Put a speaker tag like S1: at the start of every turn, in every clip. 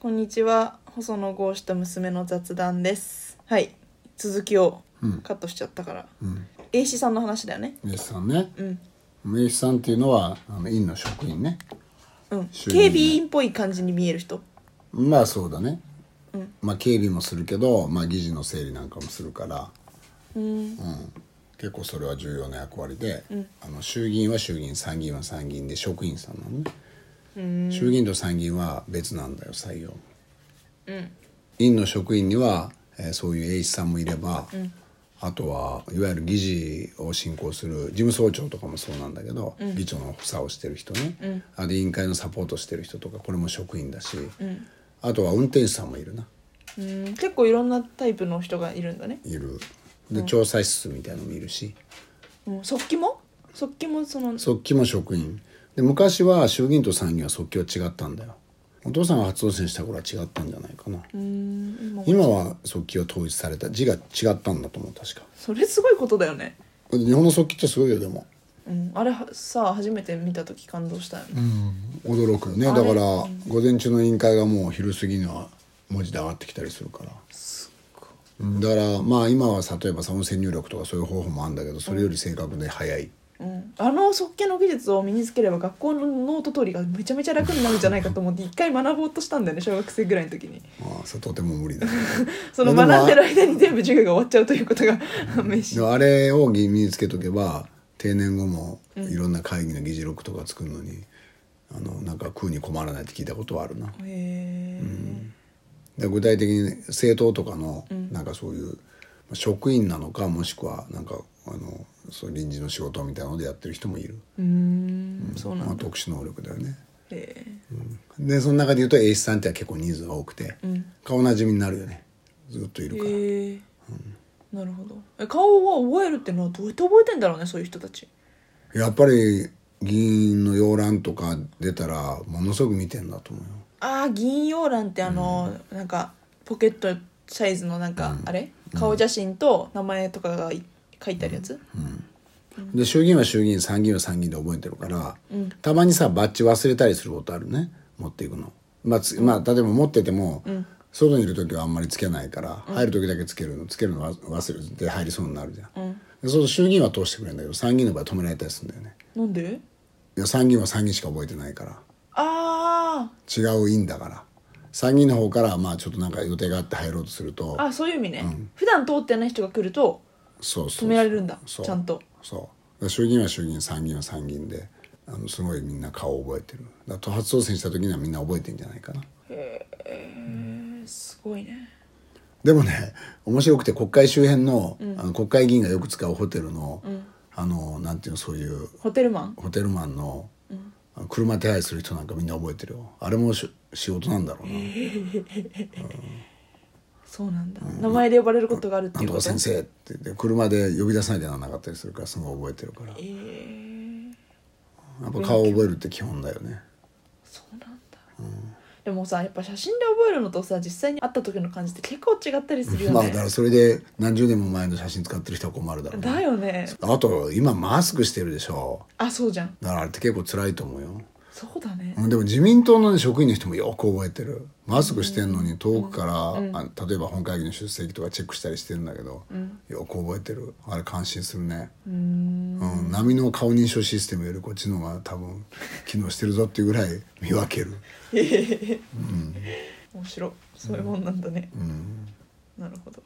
S1: こんにちは細野豪志と娘の雑談ですはい続きを
S2: うん
S1: カットしちゃったから
S2: うん
S1: 英子さんの話だよね
S2: 名刺さんね
S1: うん
S2: 名刺さんっていうのはあの院の職員ね
S1: うん
S2: 主任
S1: 警備員っぽい感じに見える人
S2: まあそうだね、
S1: うん
S2: まあ警備もするけど、まあ、議事の整理なんかもするから、
S1: うん
S2: うん、結構それは重要な役割で、
S1: ん
S2: あの衆議院は衆議院参議院は参議院で職員さんなのね、衆議院と参議院は別なんだよ採用
S1: うん
S2: 院の職員には、えーそういう栄一さんもいれば、あとはいわゆる議事を進行する事務総長とかもそうなんだけど、議長の補佐をしてる人ね、あと委員会のサポートしてる人とかこれも職員だし、あとは運転手さんもいるな
S1: うん結構いろんなタイプの人がいるんだね
S2: いるで調査室みたいのもいるし
S1: うん速記も速記もその
S2: 速記も職員で昔は衆議院と参議院は速記は違ったんだよお父さんが初当選した頃は違ったんじゃないかな、
S1: うん今
S2: 今は速記は統一された字が違ったんだと思う確か
S1: それすごいことだよね
S2: 日本の速記ってすごいよでも
S1: うんあれはさ初めて見た時感動したよね
S2: 驚くよねだから午前中の委員会がもう昼過ぎには文字で上がってきたりするからだからまあ今は例えばさ音声入力とかそういう方法もあるんだけどそれより正確で早い、
S1: うん、あの速記の技術を身につければ学校のノート取りがめちゃめちゃ楽になるんじゃないかと思って一回学ぼうとしたんだよね小学生ぐらいの時に
S2: まあそれとても無理だけ
S1: その学んでる間に全部授業が終わっちゃうということが 飯
S2: どでもあれを身につけとけば定年後もいろんな会議の議事録とか作るのに、あのなんか食うに困らないって聞いたことはあるな
S1: へえ、
S2: で具体的にね政党とかのなんかそういう職員なのかもしくはなんかあのそう臨時の仕事みたいなのでやってる人もいる、
S1: うーんそうな
S2: まあ、
S1: んだ
S2: 特殊能力だよね、
S1: へ
S2: でその中で言うと栄一さんっては結構人数が多くて、
S1: ん
S2: 顔なじみになるよねずっといる
S1: え
S2: から、
S1: へえなるほどえ顔は覚えるってのはどうやって覚えてんだろうねそういう人たち
S2: やっぱり議員の要覧とか出たらものすごく見てんだと思うよ
S1: ああ銀葉蘭ってあの、なんかポケットサイズのなんか、あれ顔写真と名前とかがい書いてあるやつ、
S2: で衆議院は衆議院参議院は参議院で覚えてるから、たまにさバッジ忘れたりすることあるね持っていくの、まあつまあ、例えば持ってても、外にいる時はあんまりつけないから、入る時だけつけるのつけるのわ忘れて入りそうになるじゃん、でそう衆議院は通してくれるんだけど参議院の場合止められたりするんだよね
S1: なんで
S2: いや参議院は参議院しか覚えてないから
S1: あ
S2: 違う院だから参議院の方からまあちょっとなんか予定があって入ろうとすると
S1: ああそういう意味ね、普段通ってない人が来ると
S2: そうそうそ
S1: 止
S2: う
S1: められるんだ
S2: そう
S1: ちゃんと
S2: そう衆議院は衆議院参議院は参議院であのすごいみんな顔を覚えてるだから初当選した時にはみんな覚えてんじゃないかな
S1: えーすごいね
S2: でもね面白くて国会周辺の,、あの国会議員がよく使うホテルの、あのなんていうのそういう
S1: ホテルマン
S2: ホテルマンの、あの車手配する人なんかみんな覚えてるよあれもし仕事なんだろうな、
S1: そうなんだ、名前で呼ばれることがあるって
S2: ない
S1: う
S2: んと
S1: こ
S2: か
S1: と
S2: 先生って言って車で呼び出さなきゃならなかったりするからすごい覚えてるから
S1: えー
S2: やっぱ顔を覚えるって基本だよね
S1: そうなんだ、でもさやっぱ写真で覚えるのとさ実際に会った時の感じって結構違ったりするよ
S2: まあ
S1: ね
S2: だ、からそれで何十年も前の写真使ってる人は困るだろうね
S1: だよね
S2: あと今マスクしてるでしょ
S1: あそうじゃん
S2: だからあれって結構辛いと思うよ
S1: そうだね、
S2: うんでも自民党のね、職員の人もよく覚えてるマスクしてんのに遠くから、あ例えば本会議の出席とかチェックしたりしてるんだけど、よく覚えてるあれ感心するねうん、波の顔認証システムよりこっちの方が多分機能してるぞっていうぐらい見分ける
S1: 面白いそういうもんなんだね、なるほど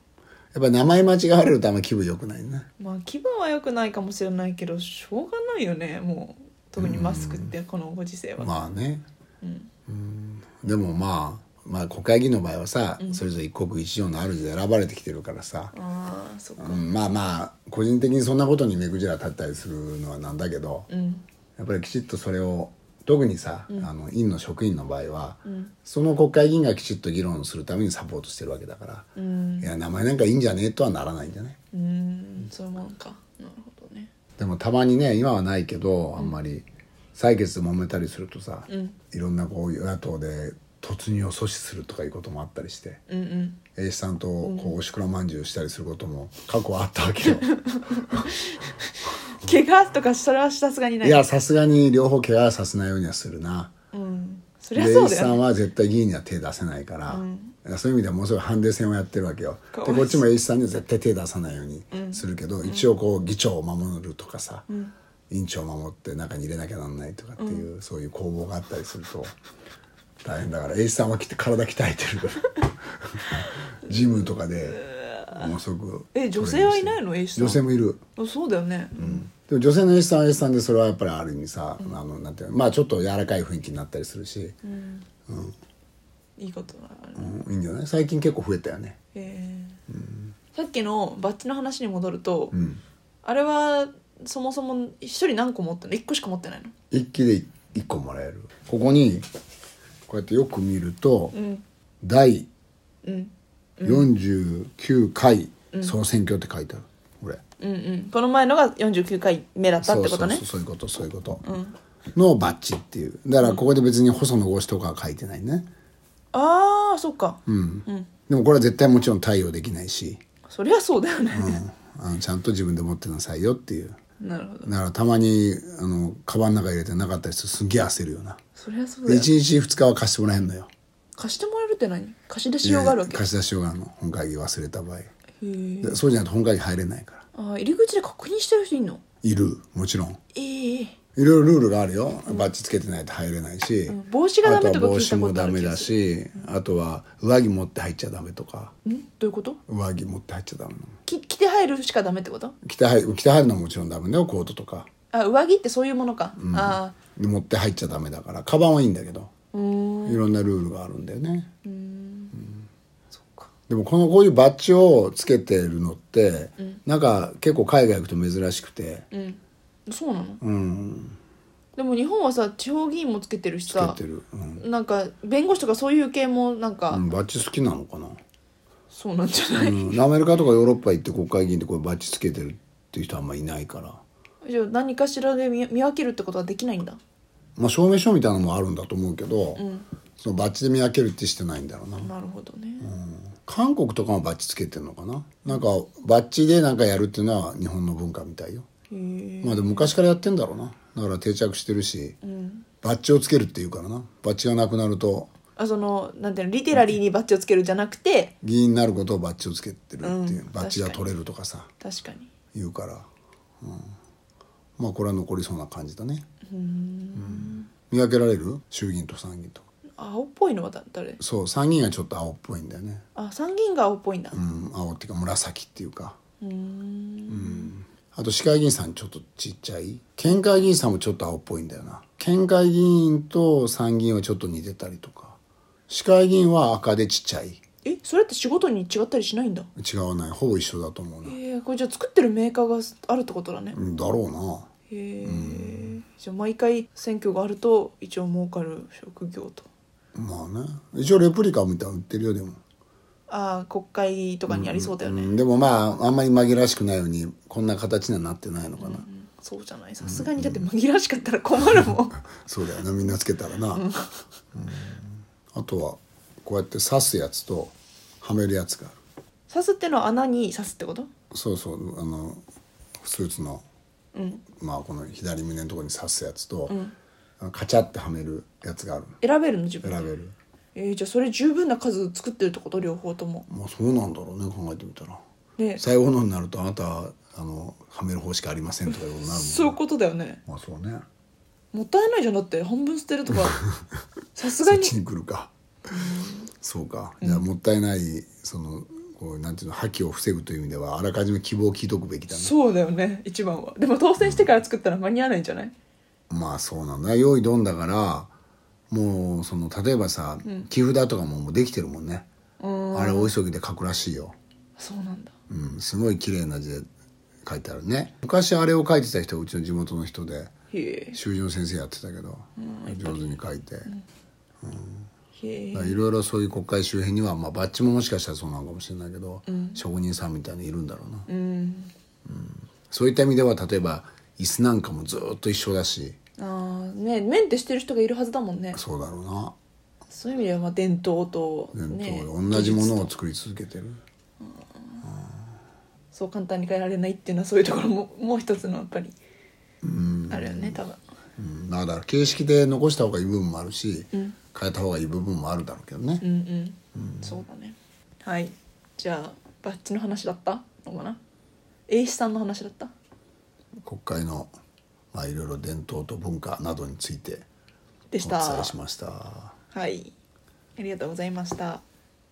S2: やっぱ名前間違われるとあんま気分良くないね
S1: まあ気分は良くないかもしれないけどしょうがないよねもう特にマスクってこのご時世は、
S2: まあね、うん、でもまあまあ国会議員の場合はさ、それぞれ一国一城の主で選ばれてきてるからさ、
S1: ああそっか
S2: うんまあまあ個人的にそんなことに目くじら立ったりするのはなんだけど、
S1: うん
S2: やっぱりきちっとそれを特にさ、あの院の職員の場合は、その国会議員がきちっと議論するためにサポートしてるわけだから、
S1: うん
S2: いや名前なんかいいんじゃねえとはならないんじゃない
S1: うんそういうもんかなるほどね
S2: でもたまにね今はないけどあんまり採決で揉めたりするとさ、いろんなこう与野党で突入を阻止するとかいうこともあったりして
S1: うんうん
S2: 英一さんとこうおしくらまんじゅうしたりすることも過去はあったわ けよ
S1: 怪我とかそれはさすがにない
S2: いやさすがに両方怪我はさせないようにはするな
S1: うんそりゃ
S2: で
S1: そう
S2: 一
S1: だよ
S2: さ
S1: ね
S2: んは絶対議員には手出せないから、そういう意味ではもうすごいハンデ戦をやってるわけよ
S1: かわいそ
S2: で
S1: う
S2: こっちも一さんには絶対手出さないようにするけど、一応こう議長を守るとかさ、委員長を守って中に入れなきゃなんないとかっていう、そういう攻防があったりすると大変だから一さんはきっと体鍛 えてるからジムとかでもうすごく
S1: え女性はいないの A さん
S2: 女性もいる
S1: あそうだよね、
S2: でも女性の S さんは S さんでそれはやっぱりある意味さ、あのなんていうのまあちょっと柔らかい雰囲気になったりするし、
S1: いいことだあれ
S2: うんいいんじゃない最近結構増えたよね
S1: えーさっきのバッジの話に戻ると、
S2: うん
S1: あれはそもそも一人何個持ってんの1個しか持ってないの
S2: 一気で1個もらえるここにこうやってよく見ると、
S1: うん
S2: 第
S1: うん
S2: 49回総選挙って書いてある、これ
S1: うんうんこの前のが49回目だったってことね
S2: そうそうそうそういうことそういうこと、のバッジっていうだからここで別に細野豪志とかは書いてないね
S1: ああそっか、
S2: うん、でもこれは絶対もちろん対応できないし、
S1: そりゃそうだよね、
S2: うん、あのちゃんと自分で持ってなさいよっていう
S1: なるほど
S2: だからたまにあのカバンの中入れてなかったりするとすんげえ焦るよな
S1: そりゃそうだ
S2: で
S1: よ
S2: 1日2日は貸してもらえんのよ
S1: 貸してもらえるって何貸し出しようがあるわけへ
S2: 貸し出しようがあるの本会議忘れた場合
S1: え
S2: でそうじゃないと本会議入れないから
S1: あー入り口で確認してる人いんの
S2: いるもちろん
S1: ええ
S2: いろいろルールがあるよ、バッジつけてないと入れないし、
S1: ん帽子がダメとか聞いたことあ
S2: あとは帽子もダ
S1: る
S2: メ
S1: 気
S2: だ
S1: がす
S2: しあとは上着持って入っちゃダメとか
S1: んどういうこと
S2: 上着持って入っちゃダメなの
S1: き着て入るしかダメってこと
S2: 着て入る着て入るのはもちろんダメだよコートとか
S1: あ上着ってそういうものか、ああ
S2: で持って入っちゃダメだからカバンはいいんだけど
S1: うーん
S2: いろんなルールがあるんだよね
S1: そっか
S2: でもこのこういうバッジをつけてるのって、なんか結構海外行くと珍しくて
S1: うんそうなの
S2: うん
S1: でも日本はさ地方議員もつけてるし
S2: つけ
S1: さ
S2: てる、うん
S1: なんか弁護士とかそういう系もなんか、
S2: うんバッジ好きなのかな、
S1: そうなんじゃない、
S2: うん、アメリカとかヨーロッパ行って国会議員でこれバッジつけてるっていう人あんまいないから
S1: じゃあ何かしらで見見分けるってことはできないんだ
S2: まあ証明書みたいなのもあるんだと思うけど、そのバッジで見分けるってしてないんだろうな、
S1: なるほどね、
S2: 韓国とかもバッジつけてるのかななんかバッジでなんかやるっていうのは日本の文化みたいよ
S1: へえ
S2: まあでも昔からやってんだろうなだから定着してるし、バッジをつけるっていうからなバッジがなくなると
S1: あそのなんていうのリテラリーにバッジをつけるじゃなくて
S2: 議員になることをバッジをつけてるっていう、
S1: うん
S2: バッジが取れるとかさ
S1: 確かに
S2: 言うから、うん、まあこれは残りそうな感じだねうん見分けられる衆議院と参議院と
S1: 青っぽいのはだ誰
S2: そう参議院はちょっと青っぽいんだよね
S1: あ参議院が青っぽいんだ
S2: うん青っていうか紫っていうかうんあと市会議員さんちょっとちっちゃい県会議員さんもちょっと青っぽいんだよな県会議員と参議院はちょっと似てたりとか市会議員は赤でちっちゃい
S1: えそれって仕事に違ったりしないんだ
S2: 違わないほぼ一緒だと思うな、
S1: えー、これじゃあ作ってるメーカーがあるってことだね
S2: うんだろうな
S1: へえじゃあ毎回選挙があると一応儲かる職業と
S2: まあね一応レプリカみたいなの売ってるよでも、
S1: ああ国会とかにありそうだよね、
S2: うんでもまああんまり紛らわしくないようにこんな形にはなってないのかな、
S1: そうじゃないさすがにだって紛らわしかったら困る もん
S2: そうだよなみんなつけたらな、うんあとはこうやって刺すやつとはめるやつがある
S1: 刺すってのは穴に刺すってこと
S2: そうそうあのスーツの、まあこの左胸のところに刺すやつと、あのカチャってはめるやつがある
S1: 選べるの自分
S2: 選べる
S1: えー、じゃあそれ十分な数作ってるってこと両方とも
S2: まあそうなんだろうね考えてみたら
S1: ね
S2: 最後のになるとあなたはあのはめる方しかありませんとかいうことになるもんね
S1: そういうことだよね
S2: まあそうね
S1: もったいないじゃんだって半分捨てると かさすが
S2: そっ
S1: に
S2: ちに来るかそうかじゃあもったいないそのこうなんていうの破棄を防ぐという意味ではあらかじめ希望を聞いとくべきだね
S1: そうだよね一番はでも当選してから作ったら間に合わないんじゃない
S2: まあそうなんだ用意どんだからもうその例えばさ木札とかももうできてるもんね、
S1: うん
S2: あれ大急ぎで書くらしいよ、
S1: そうなんだ
S2: うん、すごい綺麗な字で書いてあるね昔あれを書いてた人はうちの地元の人で
S1: へ
S2: 修穣先生やってたけど、上手に書いて、
S1: えへえ
S2: だからいろいろそういう国会周辺には、まあ、バッジももしかしたらそうなのかもしれないけど、職人さんみたいにいるんだろうな、
S1: うん
S2: そういった意味では例えば椅子なんかもずっと一緒だし
S1: ああねメンテしてる人がいるはずだもんね
S2: そうだろうな
S1: そういう意味ではまあ伝統と
S2: 伝
S1: ね
S2: 統、同じも
S1: 技術
S2: のを作り続けてる、
S1: そう簡単に変えられないっていうのはそういうところも もう一つのやっぱりあるよね多分
S2: うん、だから形式で残した方がいい部分もあるし、変えた方がいい部分もあるだろうけどね、
S1: うんうん、そうだねはいじゃあバッジの話だったのかな英史さんの話だった
S2: 国会のまあいろいろ伝統と文化などについて
S1: で
S2: お
S1: し
S2: 伝
S1: た
S2: えしました。
S1: はいありがとうございました